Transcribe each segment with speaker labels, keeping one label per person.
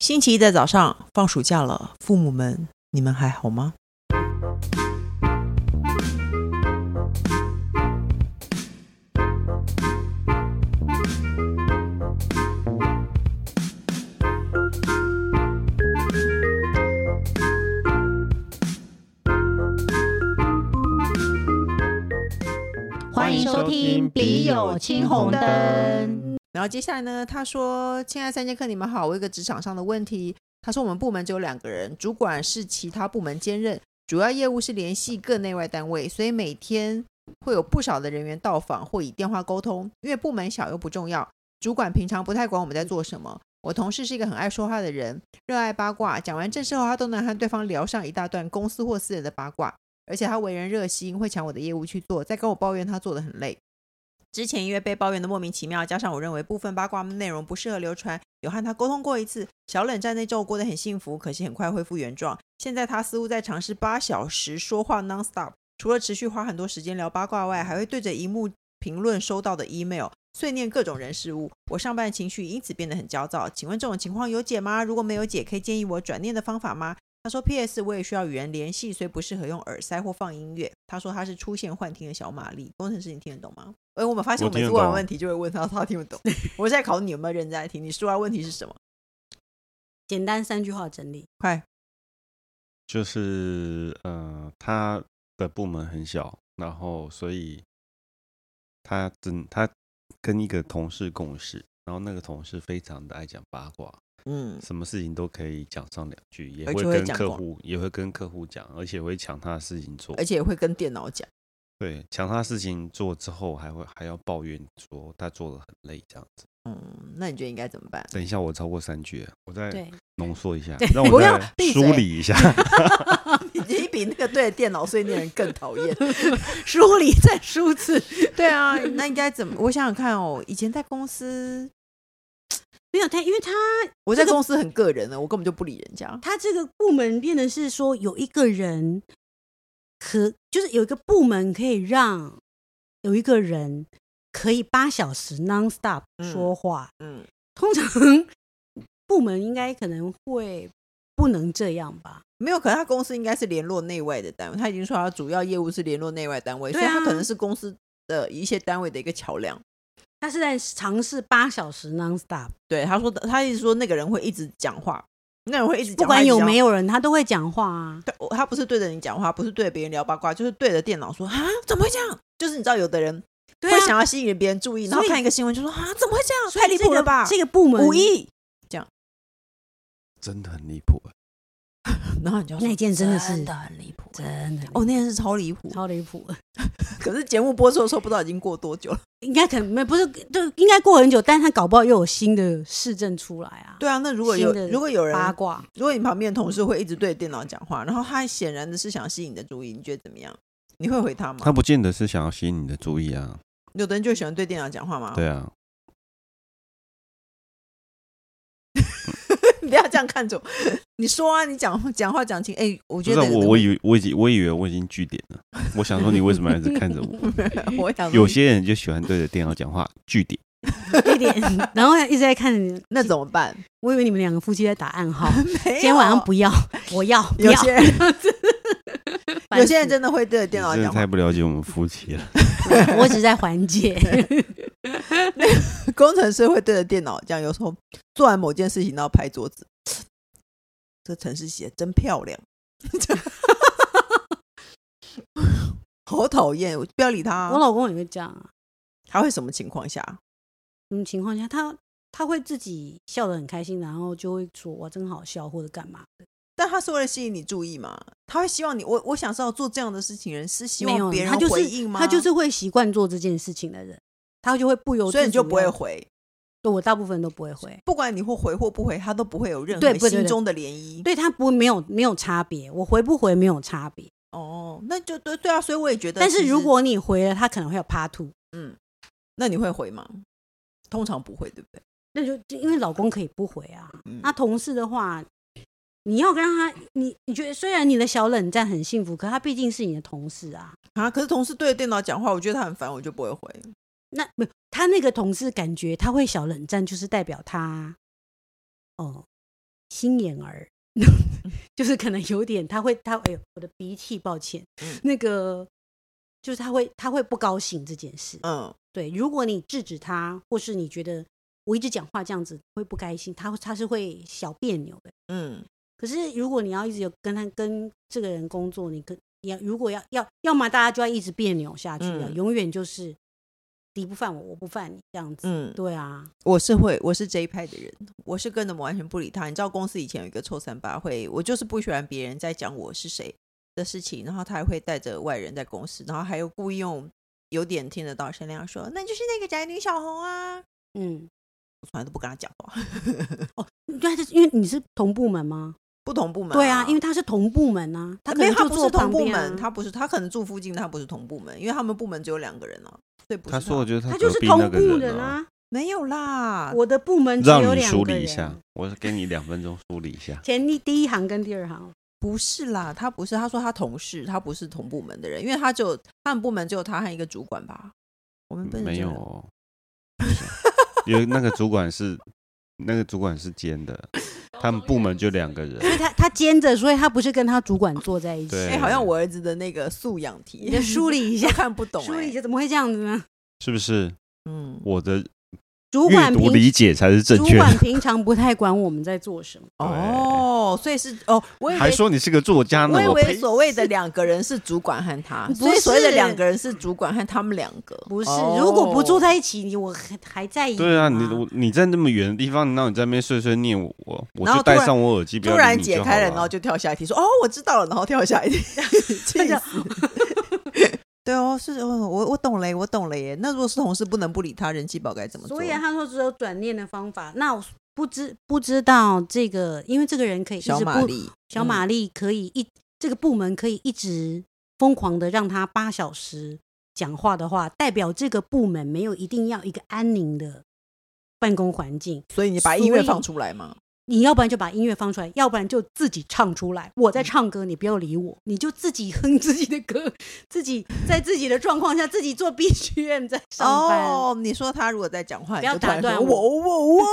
Speaker 1: 星期一的早上，放暑假了，父母们，你们还好吗？
Speaker 2: 欢迎收听《笔友青红灯》。
Speaker 1: 然后接下来呢，他说：“亲爱的三节课，你们好，我有个职场上的问题。他说我们部门只有两个人，主管是其他部门兼任，主要业务是联系各内外单位，所以每天会有不少的人员到访或以电话沟通。因为部门小又不重要，主管平常不太管我们在做什么。我同事是一个很爱说话的人，热爱八卦，讲完正事后他都能和对方聊上一大段公司或私人的八卦，而且他为人热心，会抢我的业务去做，再跟我抱怨他做的很累。”之前因为被抱怨的莫名其妙，加上我认为部分八卦内容不适合流传，有和他沟通过一次。小冷战那周过得很幸福，可惜很快恢复原状。现在他似乎在尝试八小时说话 non stop，除了持续花很多时间聊八卦外，还会对着荧幕评论收到的 email 碎念各种人事物。我上班情绪因此变得很焦躁。请问这种情况有解吗？如果没有解，可以建议我转念的方法吗？他说：“P.S. 我也需要与人联系，所以不适合用耳塞或放音乐。”他说他是出现幻听的小玛丽。工程师，你听得懂吗？哎，我们发现
Speaker 2: 我
Speaker 1: 我每次
Speaker 2: 听得
Speaker 1: 问完
Speaker 2: 懂
Speaker 1: 问题就会问他，他听不懂。 我是在考你有没有认真在听。你说的问题是什么？
Speaker 3: 简单三句话整理。
Speaker 1: 快，
Speaker 2: 就是呃，他的部门很小，然后所以他只他跟一个同事共事，然后那个同事非常的爱讲八卦，
Speaker 1: 嗯，
Speaker 2: 什么事情都可以讲上两句，也
Speaker 1: 而
Speaker 2: 会
Speaker 1: 且会
Speaker 2: 跟
Speaker 1: 讲
Speaker 2: 客
Speaker 1: 广
Speaker 2: 户也会跟客户讲，而且会抢他的事情做
Speaker 1: 而。且会跟电脑讲。
Speaker 2: 对，抢他的事情做之后，还会还要抱怨说他做的很累这样子。
Speaker 1: 嗯，那你觉得应该怎么办？
Speaker 2: 等一下，我超过三句了，我再
Speaker 3: 对，
Speaker 2: 浓缩一下
Speaker 3: 对，
Speaker 2: 让我
Speaker 1: 不要
Speaker 2: 再
Speaker 1: 闭
Speaker 2: 梳
Speaker 1: 嘴
Speaker 2: 理一下。
Speaker 1: 你你比那个对电脑碎念人更讨厌。
Speaker 3: 梳理 再梳字，
Speaker 1: 对 啊，那应该怎么？我想想看哦，以前在公司，
Speaker 3: 没有他，因为他
Speaker 1: 我在
Speaker 3: 这个
Speaker 1: 公司很个人的，我根本就不理人家。
Speaker 3: 他这个部门变得是说有一个人可就是有一个部门可以让有一个人可以八小时 non stop
Speaker 1: 嗯
Speaker 3: 说话，
Speaker 1: 嗯，
Speaker 3: 通常部门应该可能会不能这样吧？
Speaker 1: 没有，可是他公司应该是联络内外的单位，他已经说他主要业务是联络内外单位，所
Speaker 3: 对
Speaker 1: 以
Speaker 3: 啊
Speaker 1: 他可能是公司的一些单位的一个桥梁。
Speaker 3: 他是在尝试八小时 non stop，
Speaker 1: 对，他说他一直说那个人会一直讲话，那人会一直讲话
Speaker 3: 不管有没
Speaker 1: 有。
Speaker 3: 有人，他都会讲话啊。
Speaker 1: 对我他不是对着你讲话，不是对着别人聊八卦，就是对着电脑说啊，怎么会这样？就是你知道，有的人
Speaker 3: 对
Speaker 1: 会
Speaker 3: 啊，
Speaker 1: 想要吸引别人注意，然后
Speaker 3: 所以
Speaker 1: 看一个新闻就说啊，怎么会这样？
Speaker 3: 所
Speaker 1: 太
Speaker 3: 以
Speaker 1: 离
Speaker 3: 这
Speaker 1: 谱
Speaker 3: 个
Speaker 1: 了吧！
Speaker 3: 这个部门
Speaker 1: 五亿，
Speaker 2: 真的很离谱欸。
Speaker 1: 然后你就要说
Speaker 3: 那件真的是
Speaker 1: 真的很离谱，
Speaker 3: 真的
Speaker 1: 哦，那件是超离谱。
Speaker 3: 超离谱。
Speaker 1: 可是节目播出的时候，不知道已经过多久了。
Speaker 3: 应该可能没不是，就应该过很久，但是他搞不好又有新的市政出来啊。
Speaker 1: 对啊，那如果有
Speaker 3: 新的
Speaker 1: 如果有人，
Speaker 3: 八卦，
Speaker 1: 如果你旁边的同事会一直对着电脑讲话，然后他显然的是想吸引你的注意，你觉得怎么样？你会回他吗
Speaker 2: 他？不见得是想要吸引你的注意啊，
Speaker 1: 有的人就喜欢对电脑讲话嘛。
Speaker 2: 对啊，
Speaker 1: 你不要这样看着我， 你说啊，你讲讲话讲清。哎、我
Speaker 2: 就
Speaker 1: 觉得
Speaker 2: 是啊
Speaker 1: 那个
Speaker 2: 我我以为我已经我以为我已经据点了，我想说你为什么要一直看着 我？
Speaker 1: 我想
Speaker 2: 有些人就喜欢对着电脑讲话，据点。
Speaker 3: 一点，然后一直在看你。
Speaker 1: 那怎么办？
Speaker 3: 我以为你们两个夫妻在打暗号，
Speaker 1: 没有
Speaker 3: 今天晚上不要， 我要，不
Speaker 1: 有
Speaker 3: 要。
Speaker 1: 些人，有些人
Speaker 3: 烦
Speaker 1: 真的会对着电脑
Speaker 2: 你真
Speaker 1: 讲
Speaker 2: 的
Speaker 1: 话
Speaker 2: 太。不了解我们夫妻了。
Speaker 3: 死了，我只是在缓解。
Speaker 1: 工程师会对着电脑这样，有时候做完某件事情，然后拍桌子， 这城市写得真漂亮， 好讨厌！我不要理他啊、
Speaker 3: 我老公也会这样啊。
Speaker 1: 他会什么情况下？
Speaker 3: 什么情况下他他会自己笑得很开心，然后就会说哇真好笑或者干嘛？
Speaker 1: 但他是为了吸引你注意嘛？他会希望你，我我想知道做这样的事情的人是希
Speaker 3: 没有
Speaker 1: 望别，人
Speaker 3: 他就
Speaker 1: 回
Speaker 3: 是
Speaker 1: 应吗？
Speaker 3: 他就是会习惯做这件事情的人，他就会不由自主
Speaker 1: 所
Speaker 3: 地要，
Speaker 1: 以你就不会回，
Speaker 3: 对。我大部分都不会回。
Speaker 1: 不管你会回或不回，他都不会有任
Speaker 3: 对
Speaker 1: 何
Speaker 3: 不对
Speaker 1: 心
Speaker 3: 对
Speaker 1: 中的涟漪。
Speaker 3: 对他不没有没有差别，我回不回没有差别。
Speaker 1: 哦，那就对对啊，所以我也觉得
Speaker 3: 但
Speaker 1: 其
Speaker 3: 是
Speaker 1: 实
Speaker 3: 如果你回了，他可能会有趴兔，
Speaker 1: 嗯，那你会回吗？通常不会，对不对？
Speaker 3: 那就就因为老公可以不回啊。
Speaker 1: 嗯
Speaker 3: 那同事的话，你要跟他，你你觉得虽然你的小冷战很幸福，可他毕竟是你的同事啊。
Speaker 1: 啊，可是同事对着电脑讲话，我觉得他很烦，我就不会回。
Speaker 3: 那没有他那个同事感觉他会小冷战，就是代表他哦、心眼儿， 就是可能有点他会他哎呦我的鼻涕，抱歉，
Speaker 1: 嗯
Speaker 3: 那个就是他会他会不高兴这件事。
Speaker 1: 嗯，
Speaker 3: 对，如果你制止他，或是你觉得我一直讲话这样子会不开心，他他是会小别扭的。
Speaker 1: 嗯，
Speaker 3: 可是如果你要一直有跟他跟这个人工作，你跟你要如果要要，要么大家就要一直别扭下去啊，
Speaker 1: 嗯
Speaker 3: 永远就是敌不犯我，我不犯你这样子。
Speaker 1: 嗯
Speaker 3: 对啊，
Speaker 1: 我是会，我是这一派的人，我是根本完全不理他。你知道公司以前有一个臭三八会，我就是不喜欢别人在讲我是谁的事情，然后他还会带着外人在公司，然后还有故意用有点听得到声量说，那就是那个宅女小红啊，
Speaker 3: 嗯，
Speaker 1: 我从来都不跟他讲话，
Speaker 3: 对啊，就是因为你是同部门吗？
Speaker 1: 不同部门、呃
Speaker 3: 对啊，因为他是同部门啊，他可
Speaker 1: 没有
Speaker 3: 能
Speaker 1: 他
Speaker 3: 就
Speaker 1: 不
Speaker 3: 坐
Speaker 1: 是同
Speaker 3: 旁
Speaker 1: 部
Speaker 3: 边、
Speaker 1: 门，
Speaker 3: 啊。
Speaker 1: 他不是，他可能住附近，他不是同部门，因为他们部门只有两个人啊，所以不是
Speaker 2: 他说，我觉得
Speaker 3: 他就
Speaker 2: 隔
Speaker 3: 是
Speaker 2: 壁
Speaker 3: 同
Speaker 2: 那个
Speaker 3: 部
Speaker 2: 人
Speaker 3: 人
Speaker 2: 啊，
Speaker 3: 啊，
Speaker 1: 没有啦，
Speaker 3: 我的部门只
Speaker 2: 让
Speaker 3: 有
Speaker 2: 你
Speaker 3: 两
Speaker 2: 梳
Speaker 3: 个
Speaker 2: 理一
Speaker 3: 人。。
Speaker 2: 下，我给你两分钟梳理一下
Speaker 3: 前第第一行跟第二行，
Speaker 1: 不是啦，他不是，他说他同事，他不是同部门的人，因为他只有他们部门只有他和一个主管吧。我们不能
Speaker 2: 没
Speaker 1: 这
Speaker 2: 有
Speaker 1: 样
Speaker 2: 哦， 因为那个主管是那个主管是兼的，他们部门就两个人。
Speaker 3: 所以他他兼着，所以他不是跟他主管坐在一起。
Speaker 2: 对
Speaker 1: 哎、好像我儿子的那个素养题，
Speaker 3: 你的梳理一 下
Speaker 1: 我，看不
Speaker 2: 欸
Speaker 1: 懂、
Speaker 3: 梳理一
Speaker 1: 哎，
Speaker 3: 下怎么会这样子呢？
Speaker 2: 是不是
Speaker 1: 嗯，
Speaker 2: 我的
Speaker 3: 主
Speaker 2: 阅
Speaker 3: 管
Speaker 2: 读
Speaker 3: 平
Speaker 2: 理解才是正
Speaker 3: 主
Speaker 2: 确的？
Speaker 3: 管平常不太管我们在做什么，
Speaker 1: 哦，所以是哦，我以
Speaker 2: 还
Speaker 1: 为
Speaker 2: 说你是个作家呢
Speaker 1: 我以？
Speaker 2: 我
Speaker 1: 为
Speaker 2: 呸！
Speaker 1: 所谓的两个人是主管和他，
Speaker 3: 不
Speaker 1: 所以所谓的
Speaker 3: 是
Speaker 1: 两个人是主管和他们两个，
Speaker 3: 不是？
Speaker 1: 哦
Speaker 3: 如果不住在一起，你我还还在意吗。
Speaker 2: 对啊，你我你在那么远的地方，然后你在那边碎碎念我，我我
Speaker 1: 然后
Speaker 2: 就
Speaker 1: 突然
Speaker 2: 戴上我耳机，不
Speaker 1: 突
Speaker 2: 要
Speaker 1: 然
Speaker 2: 理你
Speaker 1: 解
Speaker 2: 就好
Speaker 1: 开了，然后
Speaker 2: 了。
Speaker 1: 就跳下一题，说：“哦，我知道了。”然后跳下 一题，气
Speaker 3: 的
Speaker 1: 死。对哦，是哦，我我懂了耶，我懂了耶。那如果是同事，不能不理他，人气宝该怎么做？
Speaker 3: 所以啊他说只有转念的方法。那我不知不知道这个，因为这个人可以一直
Speaker 1: 小
Speaker 3: 不
Speaker 1: 玛丽，
Speaker 3: 小玛丽可以一、这个部门可以一直疯狂的让他八小时讲话的话，代表这个部门没有一定要一个安宁的办公环境。
Speaker 1: 所以你把音乐
Speaker 3: 所以
Speaker 1: 放出来嘛。
Speaker 3: 你要不然就把音乐放出来，要不然就自己唱出来。我在唱歌，你不要理我，你就自己哼自己的歌，自己在自己的状况下自己做 BGM 在上班。
Speaker 1: 哦，你说他如果在讲话，
Speaker 3: 不要
Speaker 1: 你就突然
Speaker 3: 打断
Speaker 1: 说
Speaker 3: 我
Speaker 1: 我我 我，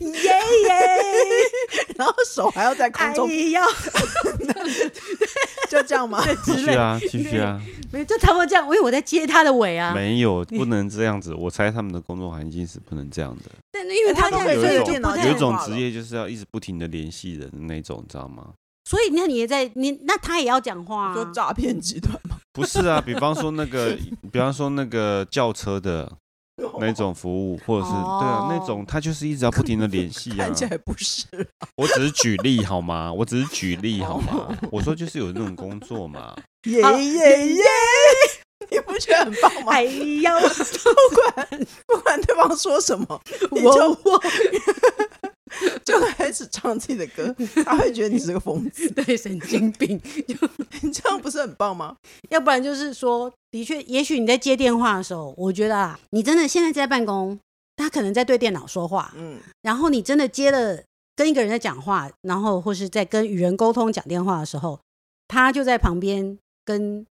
Speaker 3: 耶耶，
Speaker 1: 然后手还要在空
Speaker 3: 哎
Speaker 1: 中，
Speaker 3: 呀，
Speaker 1: 就这样吗？
Speaker 3: 之
Speaker 2: 继
Speaker 3: 类
Speaker 2: 续啊， 继续啊，
Speaker 3: 哎没有就差不多这样，因为我在接他的尾啊。
Speaker 2: 没有不能这样子。我猜他们的工作环境是不能这样的。
Speaker 3: 但因为
Speaker 1: 哎他
Speaker 3: 在
Speaker 1: 都
Speaker 2: 有
Speaker 3: 所以
Speaker 2: 一
Speaker 3: 就
Speaker 2: 种
Speaker 1: 电脑
Speaker 3: 不
Speaker 1: 对
Speaker 2: 有
Speaker 3: 太
Speaker 1: 讲
Speaker 2: 一种
Speaker 1: 话
Speaker 2: 职
Speaker 1: 了
Speaker 2: 业就是要一直不停的联系人的那种，你知道吗？
Speaker 3: 所以那你也在你那他也要讲话、
Speaker 1: 说
Speaker 3: 啊。
Speaker 1: 诈骗集团吗？
Speaker 2: 不是啊，比方说那个， 比方说那个轿车的那种服务，或者是、对啊，那种他就是一直要不停的联系啊
Speaker 1: 哦看。起来不是。
Speaker 2: 我只是举例好吗？我只是举例好吗？我说就是有那种工作嘛，
Speaker 1: 耶
Speaker 3: 好
Speaker 1: 耶 耶！你不觉得很棒吗？
Speaker 3: 哎呀，
Speaker 1: 不管不管对方说什么，你就
Speaker 3: 我
Speaker 1: 就开始唱自己的 歌，他会觉得你是个疯子。
Speaker 3: 对神经病，
Speaker 1: 你这样不是很棒吗？
Speaker 3: 要不然就是说，的确，也许你在接电话的时候，我觉得啊，你真的现在在办公，他可能在对电脑说话，
Speaker 1: 嗯，
Speaker 3: 然后你真的接了跟一个人在讲话，然后或是在跟与人沟通讲电话的时候，他就在旁边跟，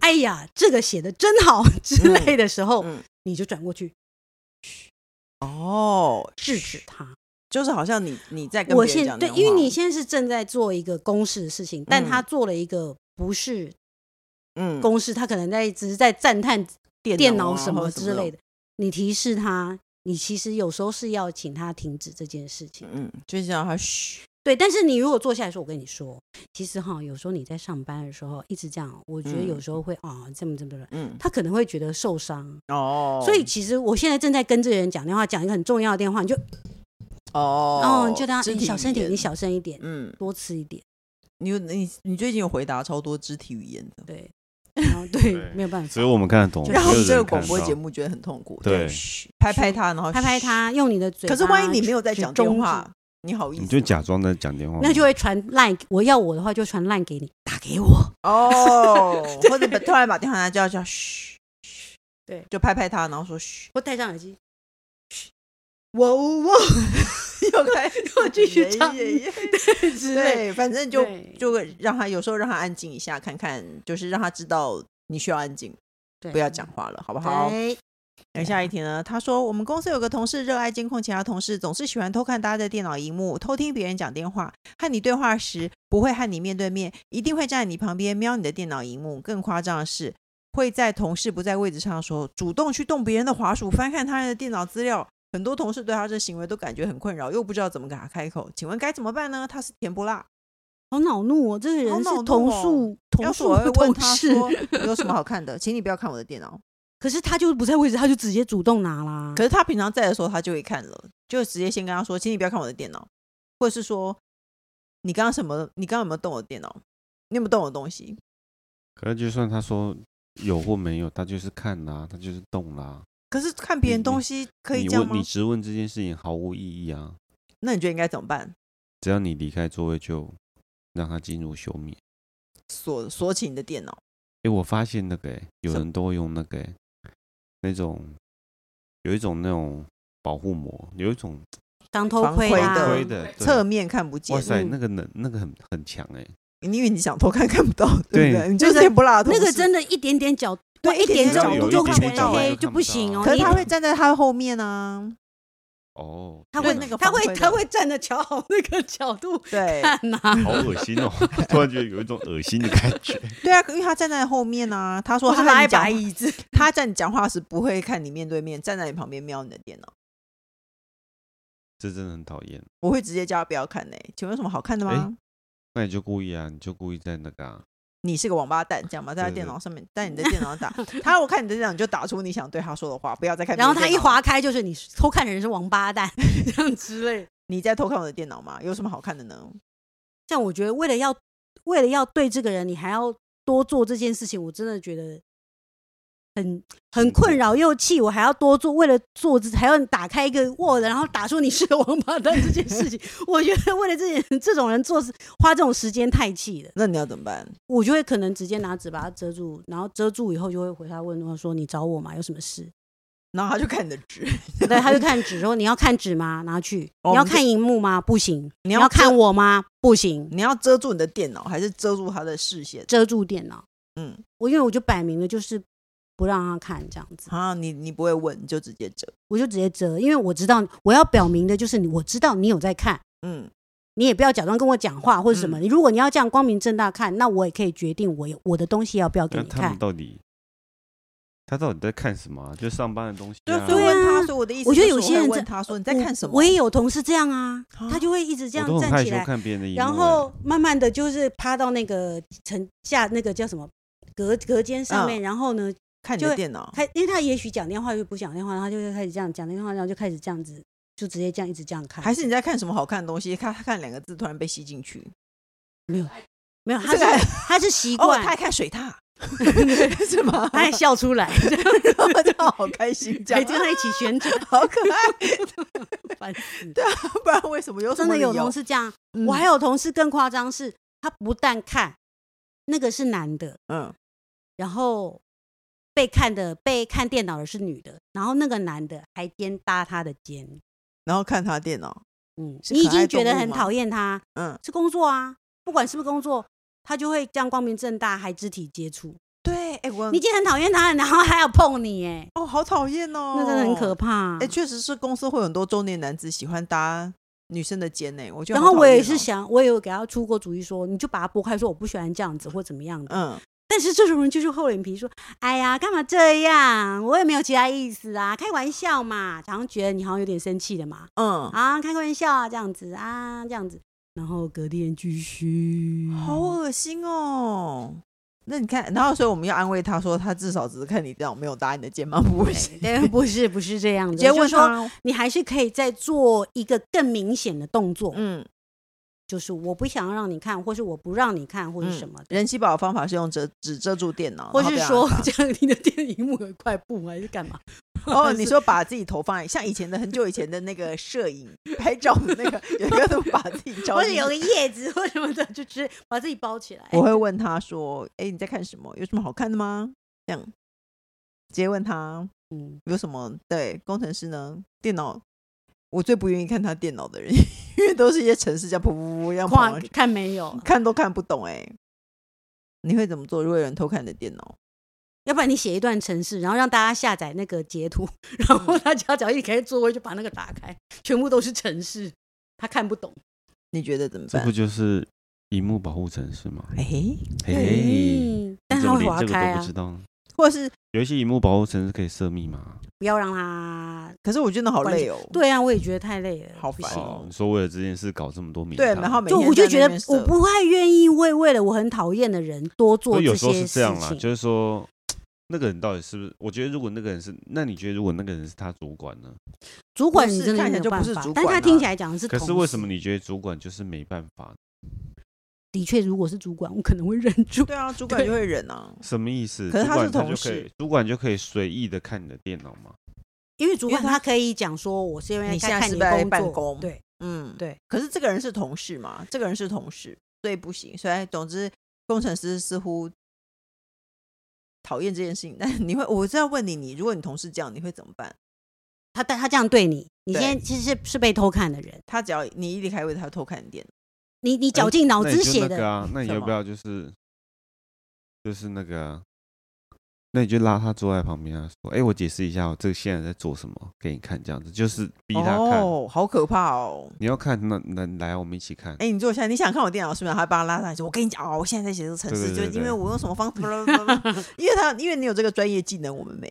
Speaker 3: 哎呀，这个写的真好之类的时候，
Speaker 1: 嗯
Speaker 3: 你就转过去
Speaker 1: 哦，
Speaker 3: 制止他。
Speaker 1: 就是好像你你在跟
Speaker 3: 我
Speaker 1: 别人
Speaker 3: 现
Speaker 1: 讲
Speaker 3: 对，
Speaker 1: 电话
Speaker 3: 因为你现在是正在做一个公事的事情，但
Speaker 1: 嗯
Speaker 3: 他做了一个不是
Speaker 1: 嗯
Speaker 3: 公事，他可能在只是在赞叹
Speaker 1: 电
Speaker 3: 电
Speaker 1: 脑
Speaker 3: 脑
Speaker 1: 啊
Speaker 3: 什
Speaker 1: 或
Speaker 3: 么
Speaker 1: 者
Speaker 3: 之类的，你提示他，你其实有时候是要请他停止这件事
Speaker 1: 这
Speaker 3: 情
Speaker 1: 种，。嗯，就是让他嘘，
Speaker 3: 对，但是你如果坐下来说，我跟你说，其实哈，有时候你在上班的时候一直这样，我觉得
Speaker 1: 嗯
Speaker 3: 有时候会啊，这么这么这么，
Speaker 1: 嗯，
Speaker 3: 他可能会觉得受伤。
Speaker 1: 哦，
Speaker 3: 所以其实我现在正在跟这个人讲电话，讲一个很重要的电话，你就
Speaker 1: 哦，
Speaker 3: 哦，你就当
Speaker 1: 肢
Speaker 3: 你
Speaker 1: 体
Speaker 3: 小声一
Speaker 1: 语
Speaker 3: 点，
Speaker 1: 言
Speaker 3: 你，小声一点，
Speaker 1: 嗯，
Speaker 3: 多吃一点，
Speaker 1: 你有你你最近有回答超多肢体语言的，
Speaker 3: 对，然后对
Speaker 2: 对，
Speaker 3: 没有办
Speaker 2: 所
Speaker 3: 法
Speaker 2: 以。我们看得懂。
Speaker 3: 就
Speaker 1: 让
Speaker 2: 没有人
Speaker 1: 这个
Speaker 2: 看
Speaker 1: 广播
Speaker 2: 到
Speaker 1: 节目觉得很痛苦。
Speaker 2: 对
Speaker 1: 嘘拍拍他，然后
Speaker 3: 拍拍
Speaker 1: 嘘。
Speaker 3: 他，用你的嘴巴。
Speaker 1: 可是万一你没有在
Speaker 3: 去
Speaker 1: 讲
Speaker 3: 中
Speaker 1: 电
Speaker 3: 指
Speaker 1: 话，你好意思吗？
Speaker 2: 你就假装在讲
Speaker 1: 哦
Speaker 2: 电话嘛，
Speaker 3: 那就会传烂。我要我的话就传烂给你，打给我。
Speaker 1: 哦，或者把突然把电话拿叫叫嘘，
Speaker 3: 对
Speaker 1: 就拍拍他，然后说嘘，
Speaker 3: 我戴上 耳机，
Speaker 1: 我 我又开始
Speaker 3: 又继续唱
Speaker 1: 耶耶耶
Speaker 3: 之类
Speaker 1: 对，反正就
Speaker 3: 对
Speaker 1: 就会让他有时候让他安静一下，看看就是让他知道你需要安静，
Speaker 3: 对哎
Speaker 1: 不要讲话了，好不
Speaker 3: 对啊
Speaker 1: 好？而下一题呢，他说我们公司有个同事热爱监控其他同事，总是喜欢偷看大家的电脑荧幕，偷听别人讲电话。和你对话时不会和你面对面，一定会站在你旁边瞄你的电脑荧幕。更夸张的是，会在同事不在位置上的时候，主动去动别人的滑鼠，翻看他人的电脑资料。很多同事对他这行为都感觉很困扰，又不知道怎么给他开口。请问该怎么办呢？他是甜不辣，
Speaker 3: 好恼怒哦！这个
Speaker 1: 好
Speaker 3: 人
Speaker 1: 恼怒
Speaker 3: 是同
Speaker 1: 哦
Speaker 3: 宿
Speaker 1: 要
Speaker 3: 同
Speaker 1: 是
Speaker 3: 宿
Speaker 1: 我会
Speaker 3: 的
Speaker 1: 问
Speaker 3: 同
Speaker 1: 他
Speaker 3: 事，
Speaker 1: 说有什么好看的，请你不要看我的电脑。
Speaker 3: 可是他就是不在位置，他就直接主动拿啦。
Speaker 1: 可是他平常在的时候，他就会看了，就直接先跟他说：“请你不要看我的电脑，或者是说你刚刚什么？你刚刚有没有动我的电脑？你有没有动我的东西？
Speaker 2: 可是就算他说有或没有，他就是看啦、他就是动啦、
Speaker 1: 可是看别人
Speaker 2: 你
Speaker 1: 东西可以
Speaker 2: 你
Speaker 1: 这样
Speaker 2: 问
Speaker 1: 吗
Speaker 2: 你？质问这件事情毫无意义啊！
Speaker 1: 那你觉得应该怎么办？
Speaker 2: 只要你离开座位，就让他进入休眠。
Speaker 1: 锁锁起你的电脑，
Speaker 2: 诶，我发现那个、诶，有
Speaker 1: 什
Speaker 2: 人都会用那个、诶，那种有一种那种保护膜，有一种
Speaker 3: 当偷
Speaker 1: 防
Speaker 3: 窥啊
Speaker 1: 窥
Speaker 3: 啦
Speaker 1: 的
Speaker 2: 推的对
Speaker 1: 啊侧面看不见
Speaker 2: 哇。塞，
Speaker 3: 嗯
Speaker 2: 那个能那个很很强哎、
Speaker 1: 你因为你想偷看看 不到，对不
Speaker 2: 对
Speaker 1: 对？你就
Speaker 3: 那
Speaker 1: 是
Speaker 3: 个
Speaker 1: 甜不辣的
Speaker 3: 那
Speaker 1: 同
Speaker 3: 个
Speaker 1: 事
Speaker 3: 真的一点点角，
Speaker 1: 对
Speaker 3: 哇一
Speaker 1: 一点
Speaker 3: 点
Speaker 1: 点
Speaker 3: 角
Speaker 1: 角
Speaker 3: 度
Speaker 1: 度
Speaker 3: 就
Speaker 1: 就
Speaker 3: 看
Speaker 1: 看不
Speaker 3: 不
Speaker 1: 到
Speaker 3: 黑
Speaker 2: 哎
Speaker 3: 就不行哦。
Speaker 1: 可是
Speaker 3: 你
Speaker 1: 他
Speaker 2: 那
Speaker 1: 会站在他的后面啊，
Speaker 2: 哦，
Speaker 3: 他
Speaker 1: 对
Speaker 3: 会
Speaker 1: 那个
Speaker 3: 他
Speaker 1: 防
Speaker 3: 会
Speaker 1: 窥
Speaker 3: 他
Speaker 1: 的
Speaker 3: 会站着瞧好那个角度
Speaker 1: 对
Speaker 3: 看呐、
Speaker 2: 好恶心哦！ 突然觉得有一种恶心的感觉。
Speaker 1: 对啊，因为他站在后面啊。他说
Speaker 3: 或是
Speaker 1: 他
Speaker 3: 拉
Speaker 1: 和
Speaker 3: 一
Speaker 1: 你讲
Speaker 3: 把
Speaker 1: 话，
Speaker 3: 椅子，
Speaker 1: 他在你讲话时不会看你面对面，站在你旁边瞄你的电脑。
Speaker 2: 这真的很讨厌。
Speaker 1: 我会直接叫他不要看呢、请问有什么好看的吗？
Speaker 2: 哎那你就故意啊，你就故意在那个、啊，
Speaker 1: 你是个王八蛋，这样吧，在他
Speaker 2: 对
Speaker 1: 电
Speaker 2: 对
Speaker 1: 脑上面，在你的电脑打他，如果看你的电脑，你就打出你想对他说的话，不要再看别
Speaker 3: 然
Speaker 1: 人
Speaker 3: 后
Speaker 1: 电脑
Speaker 3: 他
Speaker 1: 了。
Speaker 3: 一 划开就是你偷看的人是王八蛋 这样之类的。
Speaker 1: 你在偷看我的电脑吗？有什么好看的呢？
Speaker 3: 这样我觉得为了要为了要对这个人，你还要多做这件事情，我真的觉得很很
Speaker 2: 辛苦
Speaker 3: 困扰又气，我还要多做，为了做这还要打开一个 Word，然后打出你是个王八蛋这件事情， 我觉得为了这件这种人做事花这种时间太气了。
Speaker 1: 那你要怎么办？
Speaker 3: 我就会可能直接拿纸把它遮住，然后遮住以后就会回他问我说：“你找我吗？有什么事
Speaker 1: 然后他就看你的纸，？”
Speaker 3: 对，他就看纸说：“你要看纸吗？拿去。
Speaker 1: 哦
Speaker 3: 你
Speaker 1: 我
Speaker 3: 要
Speaker 1: 们
Speaker 3: 看荧幕吗？不行。
Speaker 1: 你
Speaker 3: 你
Speaker 1: 要
Speaker 3: 要
Speaker 1: 遮
Speaker 3: 看我吗？不行。
Speaker 1: 你要遮住你的电脑，还是遮住他的视线？
Speaker 3: 遮住电脑。
Speaker 1: 嗯，
Speaker 3: 我因为我就摆明了就是不让他看这样子，
Speaker 1: 啊，你你不会问，你就直接遮。
Speaker 3: 我就直接遮，因为我知道我要表明的就是你，我知道你有在看，
Speaker 1: 嗯，
Speaker 3: 你也不要假装跟我讲话或者什么。
Speaker 1: 嗯
Speaker 3: 你如果你要这样光明正大看，那我也可以决定我有我的东西要不要给
Speaker 2: 那
Speaker 3: 你
Speaker 2: 他
Speaker 3: 看
Speaker 2: 们。到底他到底在看什么啊、就上班的东西、
Speaker 1: 对，
Speaker 2: 啊。
Speaker 1: 所以
Speaker 3: 对
Speaker 1: 问
Speaker 3: 啊
Speaker 1: 他，所以我的意思，
Speaker 3: 我觉得有些人
Speaker 1: 问
Speaker 3: 在
Speaker 1: 他说你在看什么？
Speaker 3: 我？我也有同事这样啊，
Speaker 1: 啊
Speaker 3: 他就会一直这
Speaker 2: 我
Speaker 3: 样
Speaker 2: 都很害
Speaker 3: 站起
Speaker 2: 羞
Speaker 3: 来，
Speaker 2: 看别人的荧幕欸、
Speaker 3: 然后慢慢的就是趴到那个层架那个叫什么隔隔间
Speaker 2: 啊
Speaker 3: 上面，然后呢
Speaker 1: 看你
Speaker 3: 就
Speaker 1: 的
Speaker 3: 会
Speaker 1: 电脑，
Speaker 3: 开，因为他也许讲电话又不讲电话，然后他就会开始这样讲电话，然后就开始这样子，就直接这样一直这样看，
Speaker 1: 还是你在看什么好看的东西？看他看两个字，突然被吸进去。
Speaker 3: 没有没有，他
Speaker 1: 这
Speaker 3: 是
Speaker 1: 个还
Speaker 3: 他是习
Speaker 1: 哦，
Speaker 3: 惯，
Speaker 1: 他还看水 獭， 是吗？
Speaker 3: 他还笑出来，
Speaker 1: 我就 好开心，这
Speaker 3: 还
Speaker 1: 样
Speaker 3: 跟他一起旋转，
Speaker 1: 好可爱。
Speaker 3: 烦死！
Speaker 1: 对啊，不然为什么有什
Speaker 3: 真
Speaker 1: 么
Speaker 3: 的有
Speaker 1: 理由
Speaker 3: 同事这样，
Speaker 1: 嗯
Speaker 3: 我还有同事更夸张是，他不但看那个是男的，
Speaker 1: 嗯
Speaker 3: 然后被看的被看电脑的是女的，然后那个男的还肩搭他的肩，
Speaker 1: 然后看他电脑，
Speaker 3: 嗯，
Speaker 1: 是
Speaker 3: 你
Speaker 1: 可
Speaker 3: 已
Speaker 1: 爱
Speaker 3: 经觉
Speaker 1: 动
Speaker 3: 得
Speaker 1: 物
Speaker 3: 很
Speaker 1: 吗
Speaker 3: 讨厌他，
Speaker 1: 嗯，
Speaker 3: 是工作啊，不管是不是工作，他就会这样光明正大还肢体接触，
Speaker 1: 对，哎、我
Speaker 3: 你已经很讨厌他了，然后还要碰你，哎，
Speaker 1: 哦，好讨厌哦，
Speaker 3: 那真的很可。怕啊
Speaker 1: 哎、。确实是公司会有很多中年男子喜欢搭女生的肩呢、我觉得、
Speaker 3: 然后我也
Speaker 1: 哦
Speaker 3: 是，想，我也有给他出过主意说，你就把他拨开，说我不喜欢这样子或怎么样的。
Speaker 1: 嗯，
Speaker 3: 但是这种人就是厚脸皮，说：“哎呀，干嘛这样？我也没有其他意思啊，开玩笑嘛。”常常觉得你好像有点生气了嘛，
Speaker 1: 嗯，
Speaker 3: 啊，开个玩笑啊，这样子啊，这样子。然后隔天继续，
Speaker 1: 好 恶心哦。那你看，然后所以我们要安慰他说，他至少只是看你电脑，没有搭你的肩膀，不会是。
Speaker 3: 对，不是不是这样子，
Speaker 1: 直接
Speaker 3: 就是
Speaker 1: 问
Speaker 3: 说
Speaker 1: 他，
Speaker 3: 你还是可以再做一个更明显的动作，
Speaker 1: 嗯，
Speaker 3: 就是我不想要让你看，或是我不让你看，或是
Speaker 1: 嗯
Speaker 3: 什么的。
Speaker 1: 人气宝的方法是用遮只遮住电脑，
Speaker 3: 或
Speaker 1: 然后
Speaker 3: 是
Speaker 1: 不要
Speaker 3: 说
Speaker 1: 让，他
Speaker 3: 这样你的电影幕有一块布还是干嘛？
Speaker 1: 哦，你说把自己头放在像以前的很久以前的那个摄影拍照的那个，有一个都把自己照
Speaker 3: 或
Speaker 1: 进
Speaker 3: 者
Speaker 1: 去。
Speaker 3: 有个叶子 或什么的，就直接把自己包起来。
Speaker 1: 我会问他说：“哎、你在看什么？有什么好看的吗？”这样直接问他
Speaker 3: 嗯，
Speaker 1: 有什么对工程师呢？电脑，我最不愿意看他电脑的人，因为都是一些程式这样噗噗噗噗这样跑啊嗯
Speaker 3: 跨
Speaker 1: 上去，
Speaker 3: 看没有，
Speaker 1: 看都看不懂、哎，你会怎么做？如果有人偷看你的电脑，
Speaker 3: 要不然你写一段程式，然后让大家下载那个截图，然
Speaker 1: 嗯
Speaker 3: 后他只要只要一开座位就把那个打开，全部都是程式，他看不懂。
Speaker 1: 你觉得怎么
Speaker 2: 这不
Speaker 1: 办？
Speaker 2: 就是荧幕保护城市吗？
Speaker 1: 哎，
Speaker 2: 嘿，
Speaker 3: 嗯，但
Speaker 2: 你怎
Speaker 3: 他
Speaker 2: 么
Speaker 3: 会
Speaker 2: 连
Speaker 3: 划
Speaker 2: 这个
Speaker 3: 开
Speaker 2: 都
Speaker 3: 啊
Speaker 2: 不知，道呢？
Speaker 1: 或是
Speaker 2: 有一些荧幕保护城市可以设密码。啊
Speaker 3: 不要让他。
Speaker 1: 可是我觉得好累哦。
Speaker 3: 对啊，我也觉得太累了，
Speaker 1: 好
Speaker 3: 不
Speaker 1: 烦
Speaker 3: 行。
Speaker 2: 哦，你说为了这件事搞这么多名
Speaker 1: 对
Speaker 2: 堂
Speaker 1: 然后每
Speaker 3: 就
Speaker 1: 天
Speaker 3: 我就
Speaker 1: 在
Speaker 3: 觉
Speaker 1: 那
Speaker 3: 得
Speaker 1: 边
Speaker 3: 我
Speaker 1: 设
Speaker 3: 不太愿意为为了我很讨厌的人多
Speaker 2: 所
Speaker 3: 做
Speaker 2: 以
Speaker 3: 这
Speaker 2: 有时候
Speaker 3: 些
Speaker 2: 是这
Speaker 3: 事
Speaker 2: 样啦，
Speaker 3: 情。
Speaker 2: 就是说那个人到底是不是？我觉得如果那个人是，那你觉得如果那个人是他主管呢？
Speaker 3: 主管
Speaker 1: 不
Speaker 3: 你
Speaker 1: 是
Speaker 3: 真的
Speaker 1: 看起来
Speaker 3: 没有
Speaker 1: 就不
Speaker 3: 办
Speaker 1: 是
Speaker 3: 法
Speaker 1: 主，
Speaker 3: 但
Speaker 1: 管
Speaker 3: 他
Speaker 1: 啊
Speaker 3: 听起来讲的是
Speaker 2: 可
Speaker 3: 同事。
Speaker 2: 是为什么你觉得主管就是没办法？
Speaker 3: 的确，如果是主管，我可能会忍住。
Speaker 1: 对啊，主管
Speaker 3: 对
Speaker 1: 就会忍啊。
Speaker 2: 什么意思？
Speaker 1: 可是
Speaker 2: 主
Speaker 1: 他
Speaker 2: 管
Speaker 1: 是同
Speaker 2: 就可以
Speaker 1: 事，
Speaker 2: 主管就可以随意的看你的电脑吗？
Speaker 3: 因为 主
Speaker 1: 因为
Speaker 3: 管
Speaker 1: 他
Speaker 3: 他可以讲说，我是因为
Speaker 1: 你现
Speaker 3: 在
Speaker 1: 在
Speaker 3: 看
Speaker 1: 是
Speaker 3: 你
Speaker 1: 不是在
Speaker 3: 的
Speaker 1: 办
Speaker 3: 工作，
Speaker 1: 公
Speaker 3: 对，
Speaker 1: 嗯，
Speaker 3: 对。
Speaker 1: 可是这个人是同事嘛？这个人是同事，所以不行。所以总之，工程师似乎讨厌这件事情。但你会，我是要问你，你如果你同事这样，你会怎么办？
Speaker 3: 他但他这样对你，你
Speaker 1: 对
Speaker 3: 现在其实是是被偷看的人，
Speaker 1: 他只要你一离开会，他偷看你电
Speaker 3: 你你绞尽脑
Speaker 2: 哎那你
Speaker 3: 汁
Speaker 2: 就
Speaker 3: 写
Speaker 2: 那个
Speaker 3: 的，
Speaker 2: 啊，那你
Speaker 1: 什
Speaker 2: 要
Speaker 1: 么
Speaker 2: 不要就是就是那个、啊？那你就拉他坐在旁边啊，说：“哎、我解释一下，我这个现在在做什么给你看，这样子就是逼
Speaker 1: 脑。
Speaker 2: 他看。
Speaker 1: 哦，好可怕哦！
Speaker 2: 你要看，那那来我们一起看。
Speaker 1: 哎，你坐下，你想看我电脑是不是？他帮他拉上来说：“我跟你讲哦，我现在在写这个程式，
Speaker 2: 对对对
Speaker 1: 就因为
Speaker 2: 对
Speaker 1: 我用什么 方法，blah blah blah blah 因为他因为你有这个专业技能，我们没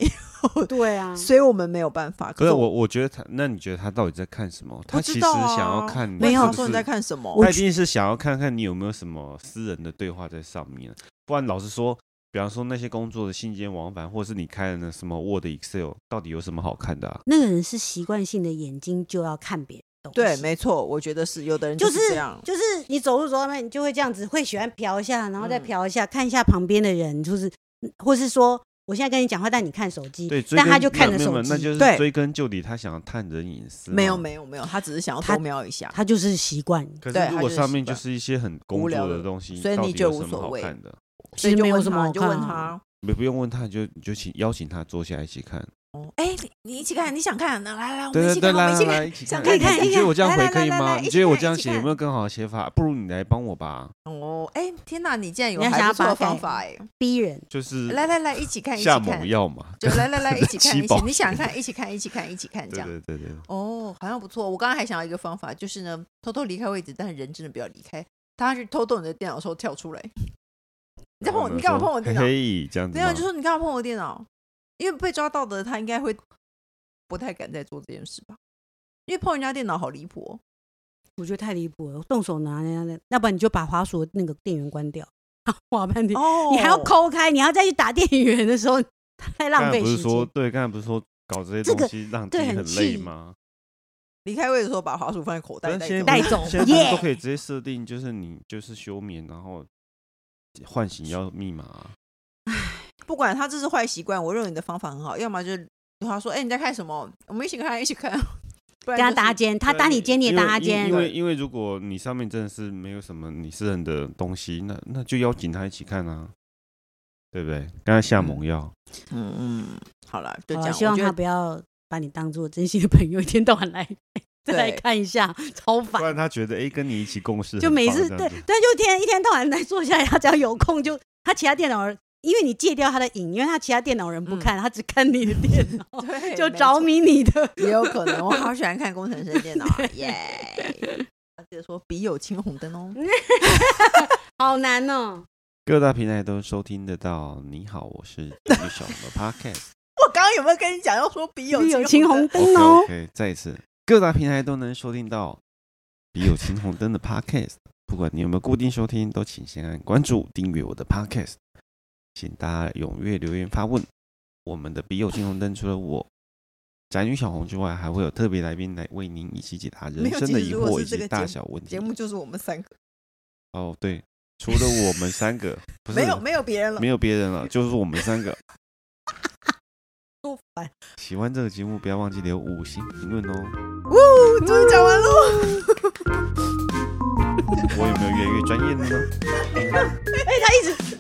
Speaker 1: 有，
Speaker 3: 对啊，
Speaker 1: 所以我们没有办法。
Speaker 2: 可是我，我觉得他，那你觉得他到底在看什么？他
Speaker 1: 知
Speaker 2: 其实
Speaker 1: 道
Speaker 2: 想要
Speaker 1: 啊
Speaker 2: 看你
Speaker 1: 没
Speaker 2: 是
Speaker 1: 有
Speaker 2: 不
Speaker 1: 说
Speaker 2: 是
Speaker 1: 你在看什么，
Speaker 2: 他一定是想要看看你有没有什么私人的对话在上面，啊不然老实说，比方说那些工作的信件往返，或是你开的那什么 Word、Excel，到底有什么好看的啊？
Speaker 3: 那个人是习惯性的眼睛就要看别人的东西，
Speaker 1: 对，没错，我觉得是有的人
Speaker 3: 就是是
Speaker 1: 这样，
Speaker 3: 就是你走路走到那边，你就会这样子，会喜欢瞟一下，然后再
Speaker 1: 嗯
Speaker 3: 瞟一下，看一下旁边的人，就是或是说我现在跟你讲话，但你看手机，
Speaker 2: 对，追
Speaker 3: 但他
Speaker 2: 根
Speaker 3: 就
Speaker 2: 没
Speaker 3: 看
Speaker 2: 有
Speaker 3: 着
Speaker 2: 没有
Speaker 3: 手
Speaker 2: 没有那
Speaker 3: 机，
Speaker 2: 就是
Speaker 1: 对
Speaker 2: 追根究底，他想要探人隐私。
Speaker 1: 没有，没有没有，他只是想要
Speaker 3: 他
Speaker 1: 偷瞄一下，
Speaker 3: 他就是习惯，
Speaker 2: 可
Speaker 1: 对
Speaker 2: 是如
Speaker 1: 他就
Speaker 2: 果
Speaker 1: 是
Speaker 2: 上
Speaker 1: 习
Speaker 2: 面就
Speaker 1: 惯
Speaker 2: 是一些很工
Speaker 1: 无聊
Speaker 2: 作的
Speaker 1: 的
Speaker 2: 东西，
Speaker 1: 所以
Speaker 2: 到
Speaker 1: 你
Speaker 2: 底
Speaker 1: 就
Speaker 2: 有
Speaker 1: 无
Speaker 2: 什么
Speaker 1: 所
Speaker 2: 好
Speaker 1: 谓
Speaker 2: 看的，
Speaker 1: 所以
Speaker 3: 其实
Speaker 1: 就
Speaker 3: 没有
Speaker 1: 问
Speaker 3: 什么
Speaker 1: 他
Speaker 3: 好
Speaker 1: 就
Speaker 3: 看
Speaker 1: 问
Speaker 3: 啊
Speaker 1: 他，
Speaker 2: 你不用问他，你就你就请邀请他坐下一起看。
Speaker 1: 哦，哎，你你一起看，你想看，那来来，我们
Speaker 2: 对
Speaker 1: 一
Speaker 2: 对
Speaker 1: 起
Speaker 2: 对，
Speaker 1: 看，我
Speaker 2: 来
Speaker 1: 们一起
Speaker 2: 来来，
Speaker 1: 看，
Speaker 2: 一起
Speaker 1: 想
Speaker 2: 看。
Speaker 1: 看
Speaker 2: 哎
Speaker 3: 一看
Speaker 2: 你
Speaker 3: 一
Speaker 2: 你觉得我
Speaker 1: 看
Speaker 2: 这样
Speaker 1: 来
Speaker 2: 回
Speaker 1: 来
Speaker 2: 可以
Speaker 1: 来来
Speaker 2: 吗？
Speaker 1: 一
Speaker 2: 你
Speaker 1: 起
Speaker 2: 觉得我
Speaker 1: 看一
Speaker 2: 这样
Speaker 1: 起
Speaker 2: 写有
Speaker 1: 看
Speaker 2: 没有更好的写法？不如你来帮我吧。
Speaker 1: 哦，哎，天哪，你竟然有
Speaker 3: 人家想
Speaker 1: 还
Speaker 3: 要
Speaker 1: 不错
Speaker 3: 把
Speaker 1: 的
Speaker 3: 它改
Speaker 1: 方法哎，
Speaker 3: 逼人。
Speaker 2: 就是
Speaker 1: 来来来，一起看，一起
Speaker 2: 下
Speaker 1: 看
Speaker 2: 猛，药嘛。
Speaker 1: 就来来来， 一起看，
Speaker 2: 七
Speaker 1: 一起
Speaker 2: 宝，
Speaker 1: 你想看，一起看，一起看，一起看，这
Speaker 2: 对
Speaker 1: 样。
Speaker 2: 对对对。
Speaker 1: 哦，好像不错。我刚刚还想到一个方法，就是呢，偷偷离开位置，但是人真的不要离开。他去偷动你的电脑的时候跳出来，你在
Speaker 2: 哦
Speaker 1: 碰我，你干嘛碰我电脑？
Speaker 2: 嘿，这样子
Speaker 1: 没
Speaker 2: 吗。
Speaker 1: 有，就说你干嘛碰我电脑？因为被抓到的他应该会不太敢再做这件事吧？因为碰人家电脑好离谱、哦。
Speaker 3: 我觉得太离谱了，动手拿人家的，要不然你就把滑鼠的那个电源关掉， 滑半天，
Speaker 1: 哦
Speaker 3: 你还要抠开，你还要再去打电源的时候，太
Speaker 2: 刚
Speaker 3: 浪
Speaker 2: 才
Speaker 3: 费
Speaker 2: 不
Speaker 3: 时
Speaker 2: 是说
Speaker 3: 间。
Speaker 2: 对，刚才不是说搞这些
Speaker 3: 这
Speaker 2: 东
Speaker 3: 个
Speaker 2: 西让自
Speaker 3: 对
Speaker 2: 己
Speaker 3: 很
Speaker 2: 很累
Speaker 3: 气
Speaker 2: 吗？
Speaker 1: 离开位的时候把滑鼠放在口袋
Speaker 2: 但
Speaker 1: 带
Speaker 2: 现在
Speaker 1: 走
Speaker 2: 不
Speaker 3: 带
Speaker 2: 是 现在不
Speaker 3: 走
Speaker 2: 是都
Speaker 3: 耶
Speaker 2: 可以直接设定，就是你就是休眠，然后唤醒要密码啊。
Speaker 1: 不管他这是坏习惯，我认为你的方法很好，要么就是他说：“哎、你在看什么？我们一起看，一起看。”不然
Speaker 3: 跟
Speaker 1: 就
Speaker 3: 他
Speaker 1: 是
Speaker 3: 搭肩，他
Speaker 2: 对
Speaker 3: 搭
Speaker 2: 啊
Speaker 3: 你肩，你也
Speaker 2: 因为
Speaker 3: 搭他
Speaker 2: 因
Speaker 3: 肩
Speaker 2: 因。为因为如果你上面真的是没有什么你私人的东西，那那就邀请他一起看啊，对不对？刚才下猛药，
Speaker 1: 嗯嗯，好了，就这
Speaker 3: 好了
Speaker 1: 样。
Speaker 3: 希
Speaker 1: 我
Speaker 3: 望
Speaker 1: 觉
Speaker 3: 他
Speaker 1: 得
Speaker 3: 不要把你当做真心的朋友，一天到晚来再来
Speaker 1: 对
Speaker 3: 看一下，超
Speaker 2: 不
Speaker 3: 烦。
Speaker 2: 然他觉得哎跟你一起共事
Speaker 3: 就
Speaker 2: 很
Speaker 3: 每
Speaker 2: 棒
Speaker 3: 次
Speaker 2: 这
Speaker 3: 对
Speaker 2: 样
Speaker 3: 对，
Speaker 2: 子
Speaker 3: 就天一天到晚来坐下来，他只要有空就他其他电脑人，因为你戒掉他的瘾，因为他其他电脑人不
Speaker 1: 嗯，
Speaker 3: 看，他只看你的电脑
Speaker 1: 对
Speaker 3: 就着。迷你的。
Speaker 1: 没错也有可能，我好喜欢看工程师的 电脑啊，耶！他记得说笔友青红灯哦。
Speaker 3: 好难哦。
Speaker 2: 各大平台都收听得到。你好，我是李小的 Podcast。
Speaker 1: 我刚刚有没有跟你讲要说笔友
Speaker 3: 必有青红
Speaker 1: 灯？
Speaker 3: 灯哦
Speaker 2: OK，, o k 再一次，各大平台都能收听到笔友青红灯的 Podcast。不管你有没有固定收听，都请先按关注、订阅我的 Podcast。请大家踊跃留言发问。我们的笔友青红灯除了我宅女小红之外，还会有特别来宾来为您一起解答人
Speaker 1: 没有
Speaker 2: 生
Speaker 1: 其
Speaker 2: 的
Speaker 1: 实
Speaker 2: 疑
Speaker 1: 如果
Speaker 2: 惑
Speaker 1: 是
Speaker 2: 以
Speaker 1: 这
Speaker 2: 及
Speaker 1: 个
Speaker 2: 大
Speaker 1: 节
Speaker 2: 小问题
Speaker 1: 节。目就是我们三个，
Speaker 2: 哦，对，除了我们三 个，不是
Speaker 1: 没有没有别人了
Speaker 2: 没。有别人了，就是我们三个。
Speaker 3: 不烦。
Speaker 2: 喜欢这个节目，不要忘记留五星评论哦。
Speaker 1: 呜，终于讲完喽。
Speaker 2: 我有没有越来越专业了呢？
Speaker 3: 哎、他一直